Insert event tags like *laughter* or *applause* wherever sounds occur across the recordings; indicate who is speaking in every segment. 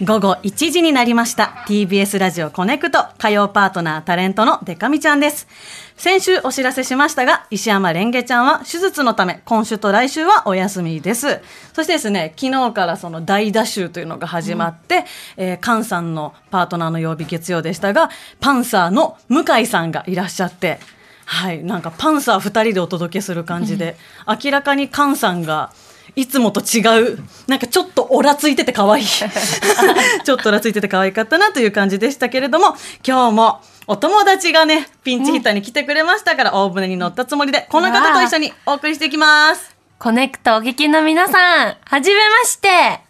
Speaker 1: 午後1時になりました TBS ラジオコネクト火曜パートナータレントのデカミちゃんです先週お知らせしましたが石山レンゲちゃんは手術のため今週と来週はお休みですそしてですね昨日からその大打集というのが始まって、えー菅さんのパートナーの曜日月曜でしたがパンサーの向井さんがいらっしゃってはいなんかパンサー2人でお届けする感じで、明らかに菅さんがいつもと違うなんかちょっとオラついてて可愛
Speaker 2: *laughs*
Speaker 1: いちょっとオラついてて可愛かったなという感じでしたけれども今日もお友達がねピンチヒッターに来てくれましたから、大船に乗ったつもりでこの方と一緒にお送りしていきます
Speaker 2: コネクトお聞きの皆さん、はじめまして。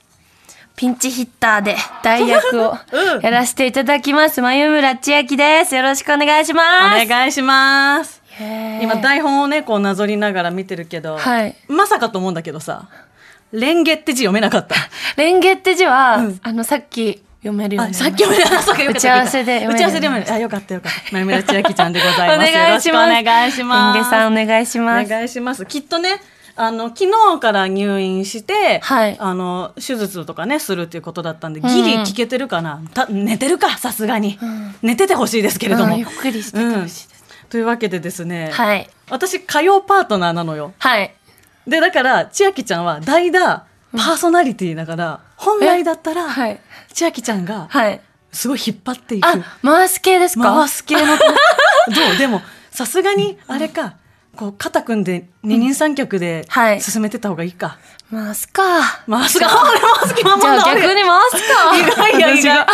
Speaker 2: ピンチヒッターで代役を
Speaker 1: *laughs* うん
Speaker 2: やらせていただきます。眉村千秋です。よろしくお願いし
Speaker 1: お
Speaker 2: ます。
Speaker 1: 願いします
Speaker 2: 願
Speaker 1: 今台本をねこうなぞりながら見てるけど、
Speaker 2: はい
Speaker 1: まさかと思うんだけどさ「レンゲ」って字読めなかっ
Speaker 2: *laughs*
Speaker 1: た
Speaker 2: レンゲって字は、あの、さっき読めるように
Speaker 1: あ
Speaker 2: な
Speaker 1: さっ
Speaker 2: りまし
Speaker 1: きもね、あそうかよ
Speaker 2: 打ち合わせで
Speaker 1: 打ち合わせでも、あ、よかったよかった。前村千秋ちゃんでございます。
Speaker 2: *laughs* お願いします
Speaker 1: よろくお願いしたます。
Speaker 2: レンゲさんお願いしま
Speaker 1: お
Speaker 2: す。
Speaker 1: 願いします。きっとね、あの昨日から入院して、
Speaker 2: はい
Speaker 1: あの手術とかねするっていうことだったんで、ギリ聞けてるかな。た寝てるかさすがに、寝ててほしいですけれども。
Speaker 2: うんゆっくりしててほしいです。
Speaker 1: うんというわけでですね、
Speaker 2: はい。
Speaker 1: 私火曜パートナーなのよ。
Speaker 2: はい。
Speaker 1: でだから千秋ちゃんは代打パーソナリティだから、本来だったら、
Speaker 2: はい。
Speaker 1: 千秋ちゃんが
Speaker 2: はい。
Speaker 1: すごい引っ張っていく。
Speaker 2: あ、回す系ですか
Speaker 1: 回す系の *laughs* どうでもさすがにあれか、こう肩組んで二人三脚で
Speaker 2: はい
Speaker 1: 進めてた方がいいか、
Speaker 2: 回すか。
Speaker 1: 回すが俺回す気満
Speaker 2: じゃ
Speaker 1: 々
Speaker 2: あ
Speaker 1: だ
Speaker 2: 逆
Speaker 1: 俺
Speaker 2: に回すか。
Speaker 1: 意外意外意
Speaker 2: 私が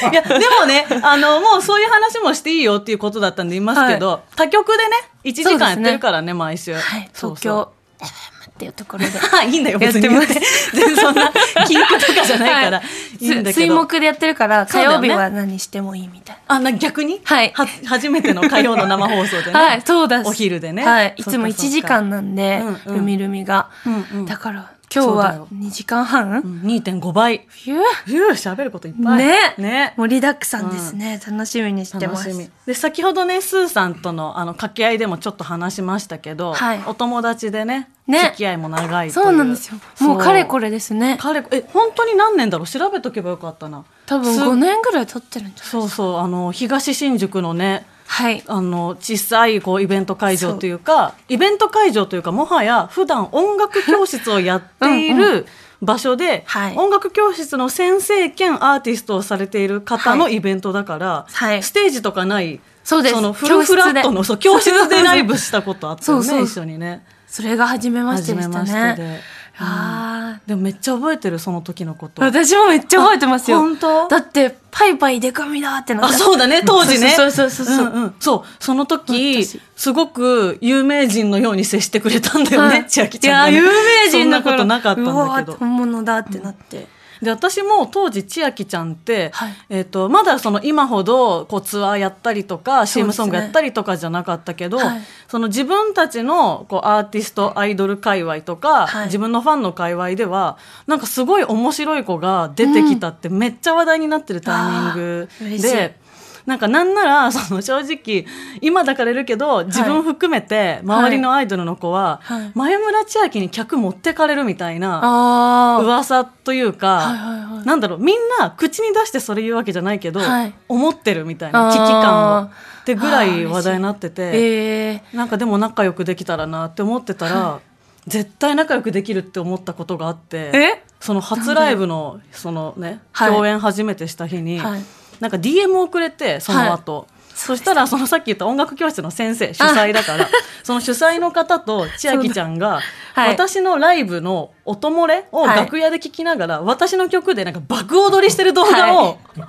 Speaker 1: 外いやでもねあのもうそういう話もしていいよっていうことだったんで言いますけど、他局でね1時間やってるからね毎週、
Speaker 2: はい。
Speaker 1: そうそ
Speaker 2: 東
Speaker 1: う
Speaker 2: 京。っていうところで。
Speaker 1: あいいんだよ別に
Speaker 2: や
Speaker 1: 言
Speaker 2: っ
Speaker 1: ってて
Speaker 2: ま
Speaker 1: 全然そんな禁句とかじゃないから、、
Speaker 2: はい
Speaker 1: *laughs* いんだ
Speaker 2: す
Speaker 1: け
Speaker 2: 水
Speaker 1: ど
Speaker 2: 木でやってるから
Speaker 1: そう
Speaker 2: 火
Speaker 1: だよ
Speaker 2: 曜
Speaker 1: ね
Speaker 2: 日は何してもいいみたい
Speaker 1: あな逆に、
Speaker 2: はい
Speaker 1: 初めての火曜の生放送でね、
Speaker 2: なはいそうだ
Speaker 1: お昼でね
Speaker 2: はいい
Speaker 1: そっか
Speaker 2: つも1
Speaker 1: そっか
Speaker 2: 時間なんで
Speaker 1: うんうん
Speaker 2: ルミルミが
Speaker 1: うんうん
Speaker 2: だから今日
Speaker 1: そうだ
Speaker 2: は
Speaker 1: よ
Speaker 2: 2時間半
Speaker 1: 2.5倍。
Speaker 2: ひゅ
Speaker 1: ひゅー喋ることいっぱい。
Speaker 2: ね
Speaker 1: ね。
Speaker 2: 盛りだくさんですね楽しみにしてま
Speaker 1: 楽し
Speaker 2: す
Speaker 1: み。で、先ほどね、スーさんとの、あの、掛け合いでもちょっと話しましたけど、
Speaker 2: はい
Speaker 1: お友達でね、
Speaker 2: ね
Speaker 1: 付き合いも長いという。
Speaker 2: そうなんですよもうかれこ
Speaker 1: れ。
Speaker 2: れですね
Speaker 1: かれこれ、え、本当に何年だろう調べとけばよかったな。
Speaker 2: 多分
Speaker 1: す
Speaker 2: 5年ぐらい経ってるんじゃない
Speaker 1: そうそう、あの、東新宿のね、
Speaker 2: はい
Speaker 1: あの小さいこうイベント会場
Speaker 2: そう
Speaker 1: というかイベント会場というかもはや普段音楽教室をやってい
Speaker 2: うん
Speaker 1: る場所で
Speaker 2: はい
Speaker 1: 音楽教室の先生兼アーティストをされている方の
Speaker 2: はい
Speaker 1: イベントだから、
Speaker 2: はい
Speaker 1: ステージとかない
Speaker 2: そうです
Speaker 1: のフルフラットの
Speaker 2: 教室で
Speaker 1: そう教室でライブしたことあったよね
Speaker 2: そうそう
Speaker 1: 一緒にね。
Speaker 2: それが初めまして
Speaker 1: 初
Speaker 2: で
Speaker 1: め
Speaker 2: した
Speaker 1: ましてで、
Speaker 2: ねあー
Speaker 1: でもめっちゃ覚えてるその時のこと。
Speaker 2: 私もめっちゃ覚えてますよ
Speaker 1: あ本当
Speaker 2: だってパイパイデカミだってな
Speaker 1: あ
Speaker 2: って
Speaker 1: そうだね当時ね
Speaker 2: そうそうそうそうそうん
Speaker 1: んそうその時
Speaker 2: 私
Speaker 1: すごく有名人のように接してくれたんだよね、
Speaker 2: はい
Speaker 1: 千秋ちゃんがね、
Speaker 2: いや有名人だ
Speaker 1: そんなことなかったんだけ
Speaker 2: うわ
Speaker 1: ど
Speaker 2: 本物だってなって、
Speaker 1: で私も当時千秋ちゃんって、
Speaker 2: はい
Speaker 1: えっとまだその今ほどこうツアーやったりとか、
Speaker 2: そう
Speaker 1: CM
Speaker 2: ですね
Speaker 1: ソングやったりとかじゃなかったけど、
Speaker 2: はい
Speaker 1: その自分たちのこうアーティストアイドル界隈とか、
Speaker 2: はい
Speaker 1: 自分のファンの界隈ではなんかすごい面白い子が出てきたってめっちゃ話題になってるタイミング
Speaker 2: あー嬉しい
Speaker 1: で。なんかなんなら *laughs* その正直今だから言えるけど自分含めて周りのアイドルの子は
Speaker 2: はい
Speaker 1: 前村千秋に客持ってかれるみたいな
Speaker 2: ああ
Speaker 1: 噂というか、
Speaker 2: はいはいはい
Speaker 1: なんだろうみんな口に出してそれ言うわけじゃないけど、
Speaker 2: はい
Speaker 1: 思ってるみたいな
Speaker 2: あー
Speaker 1: 危機感をってぐら
Speaker 2: あー嬉し
Speaker 1: い
Speaker 2: い
Speaker 1: 話題になってて、
Speaker 2: ええ
Speaker 1: なんかでも仲良くできたらなって思ってたら、絶対仲良くできるって思ったことがあって
Speaker 2: え
Speaker 1: その初ライブのその、ね
Speaker 2: はい
Speaker 1: 共演初めてした日に、
Speaker 2: はい
Speaker 1: なんか DM をくれてその後、そしたらそのさっき言った音楽教室の先生主催だからその主催の方と千秋ちゃんが、
Speaker 2: はい
Speaker 1: 私のライブの音漏れを
Speaker 2: はい
Speaker 1: 楽屋で聞きながら、私の曲でなんか爆踊りしてる動画を、送って
Speaker 2: あん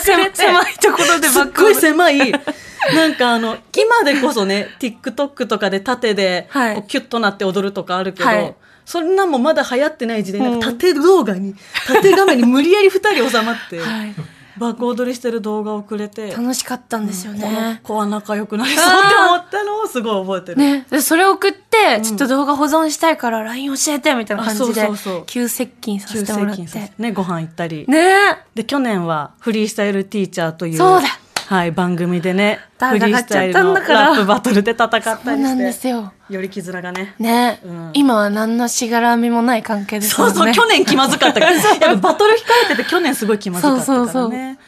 Speaker 1: くれ
Speaker 2: 狭
Speaker 1: て
Speaker 2: 狭いところですバ
Speaker 1: っ
Speaker 2: ック
Speaker 1: ごい狭いなんかあの今でこそね TikTok とかで縦で
Speaker 2: はい
Speaker 1: こうキュッとなって踊るとかあるけど、
Speaker 2: はい
Speaker 1: そんなんもまだ流行ってない時代なんか
Speaker 2: うん
Speaker 1: 縦動画に縦画面に無理やり2人収まって、
Speaker 2: はい
Speaker 1: バック踊りしてる動画をくれて。
Speaker 2: 楽しかったんですよ
Speaker 1: この
Speaker 2: ね、
Speaker 1: 子は仲良くなりそうって思ったのをすごい覚えてる。
Speaker 2: ねでそれ送ってちょっと動画保存したいから LINE 教えてみたいな感じ
Speaker 1: あ
Speaker 2: で
Speaker 1: そうそうそう
Speaker 2: 急接近さ
Speaker 1: 急
Speaker 2: せてもら
Speaker 1: 接
Speaker 2: って
Speaker 1: 近させてねご飯行ったり、
Speaker 2: ね
Speaker 1: で去年はフリースタイルティーチャーという
Speaker 2: そうだ
Speaker 1: はい、番組でね、
Speaker 2: 戦
Speaker 1: フ
Speaker 2: っちゃ
Speaker 1: リー
Speaker 2: っ
Speaker 1: スタイル
Speaker 2: たん
Speaker 1: の
Speaker 2: だから
Speaker 1: ラップバトルで戦ったりして。
Speaker 2: そうなんですよ。
Speaker 1: より絆がね。
Speaker 2: ね、
Speaker 1: うん
Speaker 2: 今は何のしがらみもない関係です
Speaker 1: そ
Speaker 2: もん
Speaker 1: う
Speaker 2: ね。
Speaker 1: そう、去年気まずかったから。
Speaker 2: *laughs*
Speaker 1: やっぱバトル控えてて去年すごい気まずかったからね。
Speaker 2: そうそうそうね、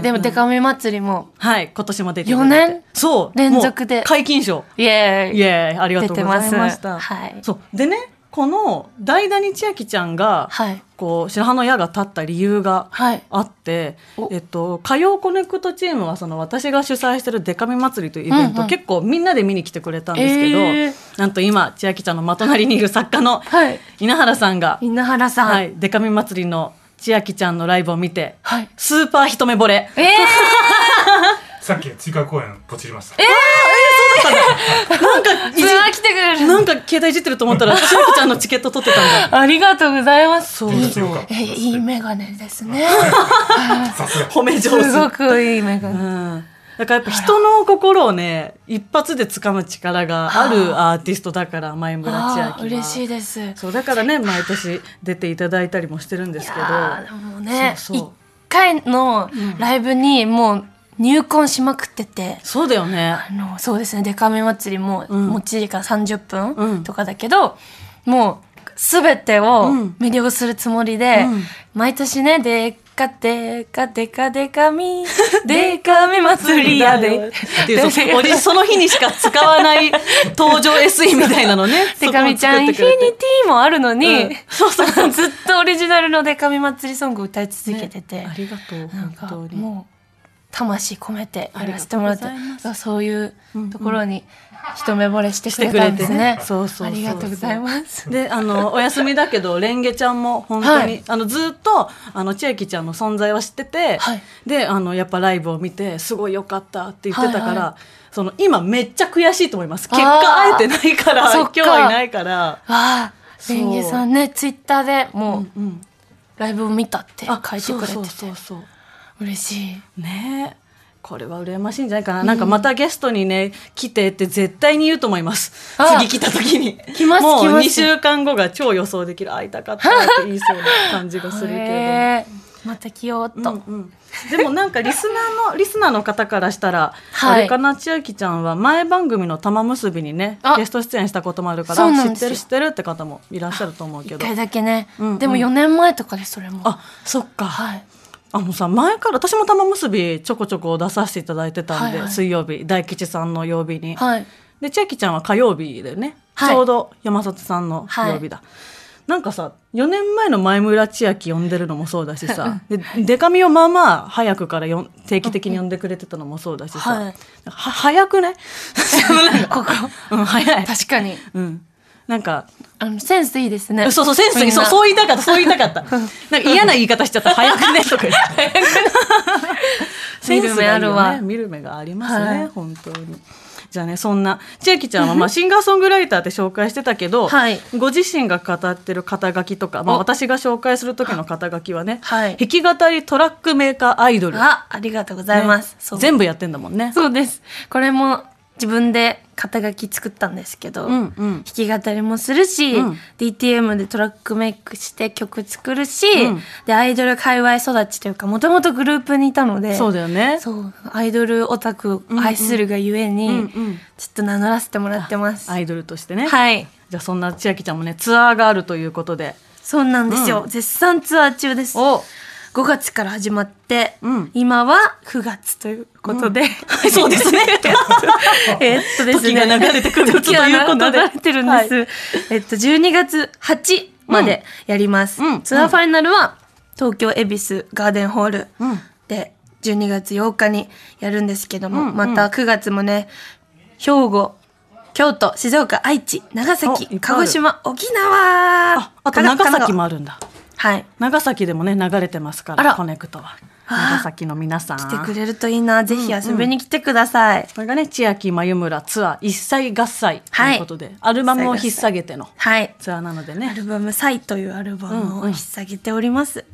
Speaker 2: でもデカミ祭りも、
Speaker 1: はい、今年も出てる
Speaker 2: 四年
Speaker 1: そう。
Speaker 2: 連続で
Speaker 1: もう解禁賞。
Speaker 2: イエーイ
Speaker 1: イエーイ、ありがとうございまし
Speaker 2: 出てま
Speaker 1: た。
Speaker 2: すはい
Speaker 1: そう。でね、この、代々に千秋ちゃんが、
Speaker 2: はい。
Speaker 1: こう、白羽の矢が立った理由が、
Speaker 2: はい。
Speaker 1: あって
Speaker 2: お、
Speaker 1: えっと、火曜コネクトチームはその私が主催してるデカミ祭りというイベント、
Speaker 2: うんうん
Speaker 1: 結構みんなで見に来てくれたんですけど、
Speaker 2: え
Speaker 1: なんと今千秋ちゃんのまとなりにいる作家の
Speaker 2: はい。
Speaker 1: 稲原さんが、
Speaker 2: 稲原さん。
Speaker 1: はい、デカミ祭りの千秋ちゃんのライブを見て
Speaker 2: はい
Speaker 1: スーパー一目惚れ
Speaker 2: *laughs* えー、
Speaker 3: さっき追加公演ポチりました。
Speaker 1: なんかいじ
Speaker 2: それは来てくれる。
Speaker 1: なんか携帯いじってると思った
Speaker 2: *laughs*
Speaker 1: ら千秋ちゃんのチケット取ってたんだ
Speaker 2: ありがとうございます。
Speaker 1: そう
Speaker 3: え
Speaker 1: そう
Speaker 2: え、いいメガネですね。
Speaker 3: さすが。
Speaker 1: 褒め上手
Speaker 2: *laughs* すごくいいメガ
Speaker 1: う
Speaker 2: ネ。
Speaker 1: んだからやっぱ人の心をね一発で掴む力があるアーティストだから前村千
Speaker 2: *laughs* あ
Speaker 1: 秋は
Speaker 2: あ、嬉しいです。い
Speaker 1: そうだからね毎年出ていただいたりもしてるんですけど
Speaker 2: やーでもね、
Speaker 1: そう
Speaker 2: 一
Speaker 1: そう
Speaker 2: 回のライブにもう入魂しまくってて。
Speaker 1: そうだよね
Speaker 2: あのそうですねデカめ祭りも
Speaker 1: うん
Speaker 2: 持ち時間30
Speaker 1: うん
Speaker 2: 分とかだけど、もう全てを
Speaker 1: うん
Speaker 2: 魅了するつもり
Speaker 1: う
Speaker 2: で、
Speaker 1: ん
Speaker 2: 毎年ね「でかでかでかで
Speaker 1: *laughs*
Speaker 2: かみでかみ祭りやで」
Speaker 1: っていうそうオリその日にしか使わない登場 SE みたいなの
Speaker 2: *laughs*
Speaker 1: ね
Speaker 2: デカミちゃん「インフィニテ
Speaker 1: そこも作ってくれて
Speaker 2: ィ」もあるのに、
Speaker 1: うん *laughs* そうそう
Speaker 2: *laughs* ずっとオリジナルのデカミ祭りソングを歌い続けてて、
Speaker 1: ねありがとう
Speaker 2: なん
Speaker 1: 本
Speaker 2: か
Speaker 1: 当に
Speaker 2: もう魂込めてやらせてもらって
Speaker 1: ありがとうございます
Speaker 2: そうそういうところに一目惚れしてくれたんで
Speaker 1: してくれ
Speaker 2: すね。
Speaker 1: てねそうそうそう
Speaker 2: ありがとうございます。
Speaker 1: であのお休みだけどレンゲちゃんも本当に、
Speaker 2: はい
Speaker 1: あのずっとあの千秋ちゃんの存在は知ってて、
Speaker 2: はい
Speaker 1: であのやっぱライブを見てすごい良かったって言ってたから、
Speaker 2: はいは
Speaker 1: その今めっちゃ悔しいと思います結
Speaker 2: あ
Speaker 1: 果
Speaker 2: ー
Speaker 1: 会えてないから
Speaker 2: そ
Speaker 1: 今
Speaker 2: っか
Speaker 1: 日はいないから、
Speaker 2: *laughs* わあ、
Speaker 1: そう
Speaker 2: レンゲさんね、ツイッターでも
Speaker 1: う
Speaker 2: うん
Speaker 1: うん、
Speaker 2: ライブを見たって書いてくれてて
Speaker 1: そうそうそうそう
Speaker 2: 嬉しい。
Speaker 1: ねえこれは羨ましいんじゃないかな、なんかまたゲストにね来てって絶対に言うと思います
Speaker 2: あ
Speaker 1: 次来た時に
Speaker 2: 来ます
Speaker 1: もう
Speaker 2: 来ます
Speaker 1: 2週間後が超予想できる会いたかったって言いそうな感じがするけれども、
Speaker 2: *laughs* へえまた来ようっと。
Speaker 1: うんうんでもなんかリスナーの *laughs* リスナーの方からしたら、
Speaker 2: はい
Speaker 1: あれかな千秋ちゃんは前番組の玉結びにね
Speaker 2: あ
Speaker 1: ゲスト出演したこともあるか
Speaker 2: そう
Speaker 1: ら
Speaker 2: なん
Speaker 1: 知
Speaker 2: で
Speaker 1: っ
Speaker 2: す
Speaker 1: て
Speaker 2: よ
Speaker 1: る知ってるって方もいらっしゃると思うけ
Speaker 2: 一
Speaker 1: ど
Speaker 2: 回だけね、
Speaker 1: うんうん
Speaker 2: でも4年前とかでそれも。
Speaker 1: あそっか、
Speaker 2: はい。
Speaker 1: あのさ前から私も玉結びちょこちょこ出させていただいてたんで、
Speaker 2: はいはい
Speaker 1: 水曜日大吉さんの曜日に、
Speaker 2: はい。
Speaker 1: で千秋ちゃんは火曜日だよね、
Speaker 2: はい
Speaker 1: ちょうど山里さんの曜日だ、なんかさ4年前の前村千秋呼んでるのもそうだしさでデカミをまあまあ早くからよん定期的に呼んでくれてたのもそうだしさ、
Speaker 2: はい
Speaker 1: は早くね
Speaker 2: *laughs* ここ。
Speaker 1: うん早い、
Speaker 2: 確かに。
Speaker 1: うん、なんか
Speaker 2: あの、センスいいですね。
Speaker 1: そうそうセンスに
Speaker 2: みんな
Speaker 1: そうそう言いたかったそう言いたか
Speaker 2: *laughs*
Speaker 1: ったなんか嫌な言い方しちゃった早くね *laughs* とか言ってセンスがいいよね
Speaker 2: 見る目あるわ
Speaker 1: 見る目がありますね、
Speaker 2: はい
Speaker 1: 本当にじゃあねそんな千秋ちゃんはまあシンガーソングライターって紹介してたけど、
Speaker 2: はい
Speaker 1: ご自身が語ってる肩書きとか、まあ、
Speaker 2: お
Speaker 1: 私が紹介する時の肩書きはね、
Speaker 2: はい
Speaker 1: 弾き語りトラックメーカーアイドル、
Speaker 2: あ、ありがとうございます。
Speaker 1: ね
Speaker 2: そう
Speaker 1: 全部やってんだもんね
Speaker 2: *laughs* そうです。これも自分で肩書き作ったんですけど、
Speaker 1: うんうん
Speaker 2: 弾き語りもするし、
Speaker 1: うん
Speaker 2: DTM でトラックメイクして曲作るし、
Speaker 1: うん
Speaker 2: で、アイドル界隈育ちというか、もともとグループにいたので、
Speaker 1: そうだよね
Speaker 2: そうアイドルオタクを愛するがゆえに、
Speaker 1: うんうん
Speaker 2: ちょっと名乗らせてもらってます。
Speaker 1: アイドルとしてね、
Speaker 2: はい。
Speaker 1: じゃあそんな千秋ちゃんもねツアーがあるということで
Speaker 2: そうなんですよ。
Speaker 1: う
Speaker 2: 絶賛ツアー中です。5月から始まって、
Speaker 1: うん
Speaker 2: 今は9月ということで、
Speaker 1: そうですね
Speaker 2: *laughs* えっとです
Speaker 1: 時
Speaker 2: ね。
Speaker 1: が流れてくるということで
Speaker 2: 時が流れてるんです。えっと、12月8までやります。
Speaker 1: うん
Speaker 2: ツアーファイナルは、東京恵比寿ガーデンホール
Speaker 1: うん
Speaker 2: で、12月8日にやるんですけども、
Speaker 1: うん
Speaker 2: また9月もね、兵庫、京都、静岡、愛知、長
Speaker 1: おいっぱいあ
Speaker 2: 崎、
Speaker 1: る
Speaker 2: 鹿児島、沖縄
Speaker 1: ああと長崎も
Speaker 2: あ
Speaker 1: あるんだ
Speaker 2: はい。
Speaker 1: 長崎でもね流れてますか
Speaker 2: あ
Speaker 1: ら
Speaker 2: ら
Speaker 1: コネクトは
Speaker 2: あ
Speaker 1: 長崎の皆さん
Speaker 2: 来てくれるといいな。ぜひ遊びに来てください。
Speaker 1: これがね千秋真由村ツアー一切合切ということで、アルバムを引っ提げての
Speaker 2: はい。
Speaker 1: ツアーなので
Speaker 2: ア
Speaker 1: ね
Speaker 2: ルバム「サイというアルバムを引っ提げております。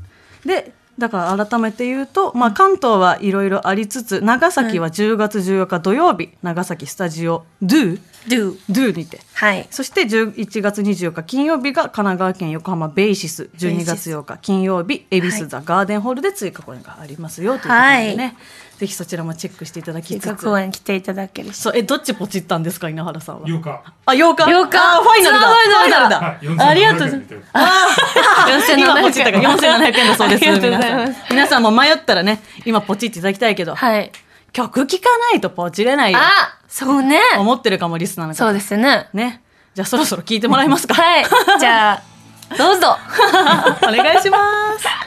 Speaker 1: でだから改めて言うと、まあ、関東はいろいろありつつ長崎は10月14日土曜日、長崎スタジオ DO
Speaker 2: Do
Speaker 1: ドゥにて
Speaker 2: はい。
Speaker 1: そして11月24日金曜日が神奈川県横浜ベイシス12月8日金曜日恵比
Speaker 2: は
Speaker 1: 寿
Speaker 2: い
Speaker 1: ザ・ガーデンホールで追加公演がありますよということでね、
Speaker 2: はい
Speaker 1: ぜひそちらもチェックしていただき
Speaker 2: せっ
Speaker 1: つ
Speaker 2: かく
Speaker 1: つ
Speaker 2: 公園来ていただけるし。
Speaker 1: そうえどっちポチったんですか稲原さんは
Speaker 3: ようか。
Speaker 1: あ8日
Speaker 2: 8日
Speaker 1: あファイナルだ
Speaker 2: ツアーファイナルだ
Speaker 3: はい、
Speaker 1: ありがとうございます
Speaker 3: ま
Speaker 2: 4700
Speaker 3: す。
Speaker 1: 今ポチったから4700円だそうです
Speaker 2: ありがとうご
Speaker 1: 皆
Speaker 2: ざい
Speaker 1: さ
Speaker 2: ま
Speaker 1: ん
Speaker 2: す。
Speaker 1: 皆さんも迷ったらね今ポチっていただきたいけど、
Speaker 2: はい。
Speaker 1: 曲聴かないとポチれないよ
Speaker 2: あそうね。
Speaker 1: 思ってるかもリスナーの方
Speaker 2: そうですね。
Speaker 1: ねじ *laughs* ゃあそろそろ聴いてもらえますか
Speaker 2: *laughs* はい。じゃあ、どうぞ。
Speaker 1: お願いします